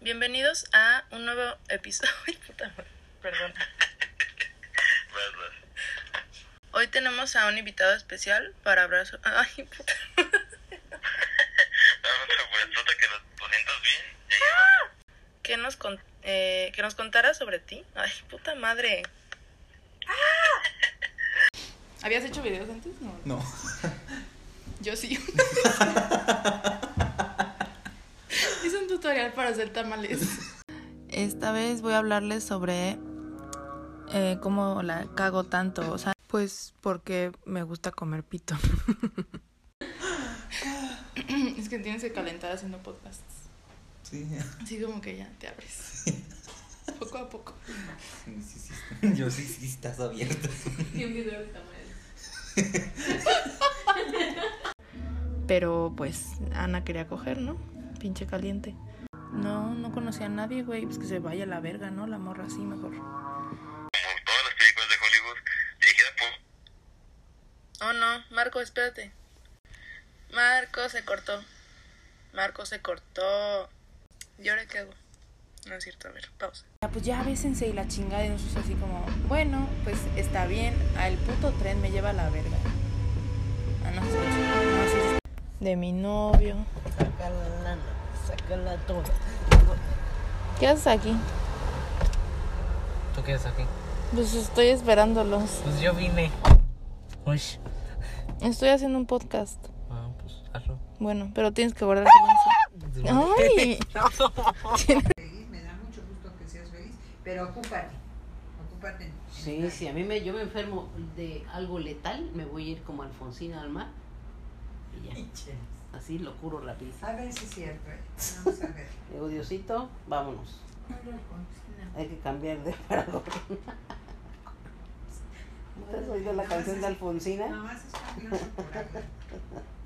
Bienvenidos a un nuevo episodio. Ay, puta madre, Perdón. Vas, vas. Hoy tenemos a un invitado especial para hablar so- Ay, puta. Vamos a por esto pues, que lo, lo sientas bien. Ya llevas Que nos, con- eh, que nos contara sobre ti. Ay, puta madre. Ah. ¿Habías hecho videos antes? No. No. Yo sí. Hice un tutorial para hacer tamales. Esta vez voy a hablarles sobre eh, cómo la cago tanto. O sea, pues porque me gusta comer pito. Es que tienes que calentar haciendo podcasts. Sí. Así como que ya te abres. Poco a poco. Sí, sí, sí. Yo sí, sí, estás abierto. Y un video de tamales. Pero pues Ana quería coger, ¿no? Pinche caliente. No, no conocía a nadie, güey. Pues que se vaya a la verga, ¿no? La morra así mejor. como todas las películas de Hollywood dirigidas por. Oh no, Marco, espérate. Marco se cortó. Marco se cortó. ¿Y ahora qué hago? No es cierto, a ver, pausa. pues ya bésense y la chingada y nosotros así como, bueno, pues está bien, al puto tren me lleva a la verga. Ah, no se escucha. No, sí se escucha. De mi novio. Saca la lana, sácala toda. ¿Qué haces aquí? ¿Tú qué haces aquí? Pues estoy esperándolos. Pues yo vine. Ush. Estoy haciendo un podcast. Ah, pues hazlo. Bueno, pero tienes que guardar silencio. ¡Ay! me da mucho gusto que seas feliz, pero ocúpate, ocúpate. en- Sí, si a mí me, yo me enfermo de algo letal, me voy a ir como Alfonsina al mar. Y ya. Así lo curo rapidísimo. A ver si es cierto, ¿eh? Vamos a ver. Le Digo, Diosito, vámonos. Hay que cambiar de parador. ¿No te has oído la canción de Alfonsina? Nomás es curioso por algo.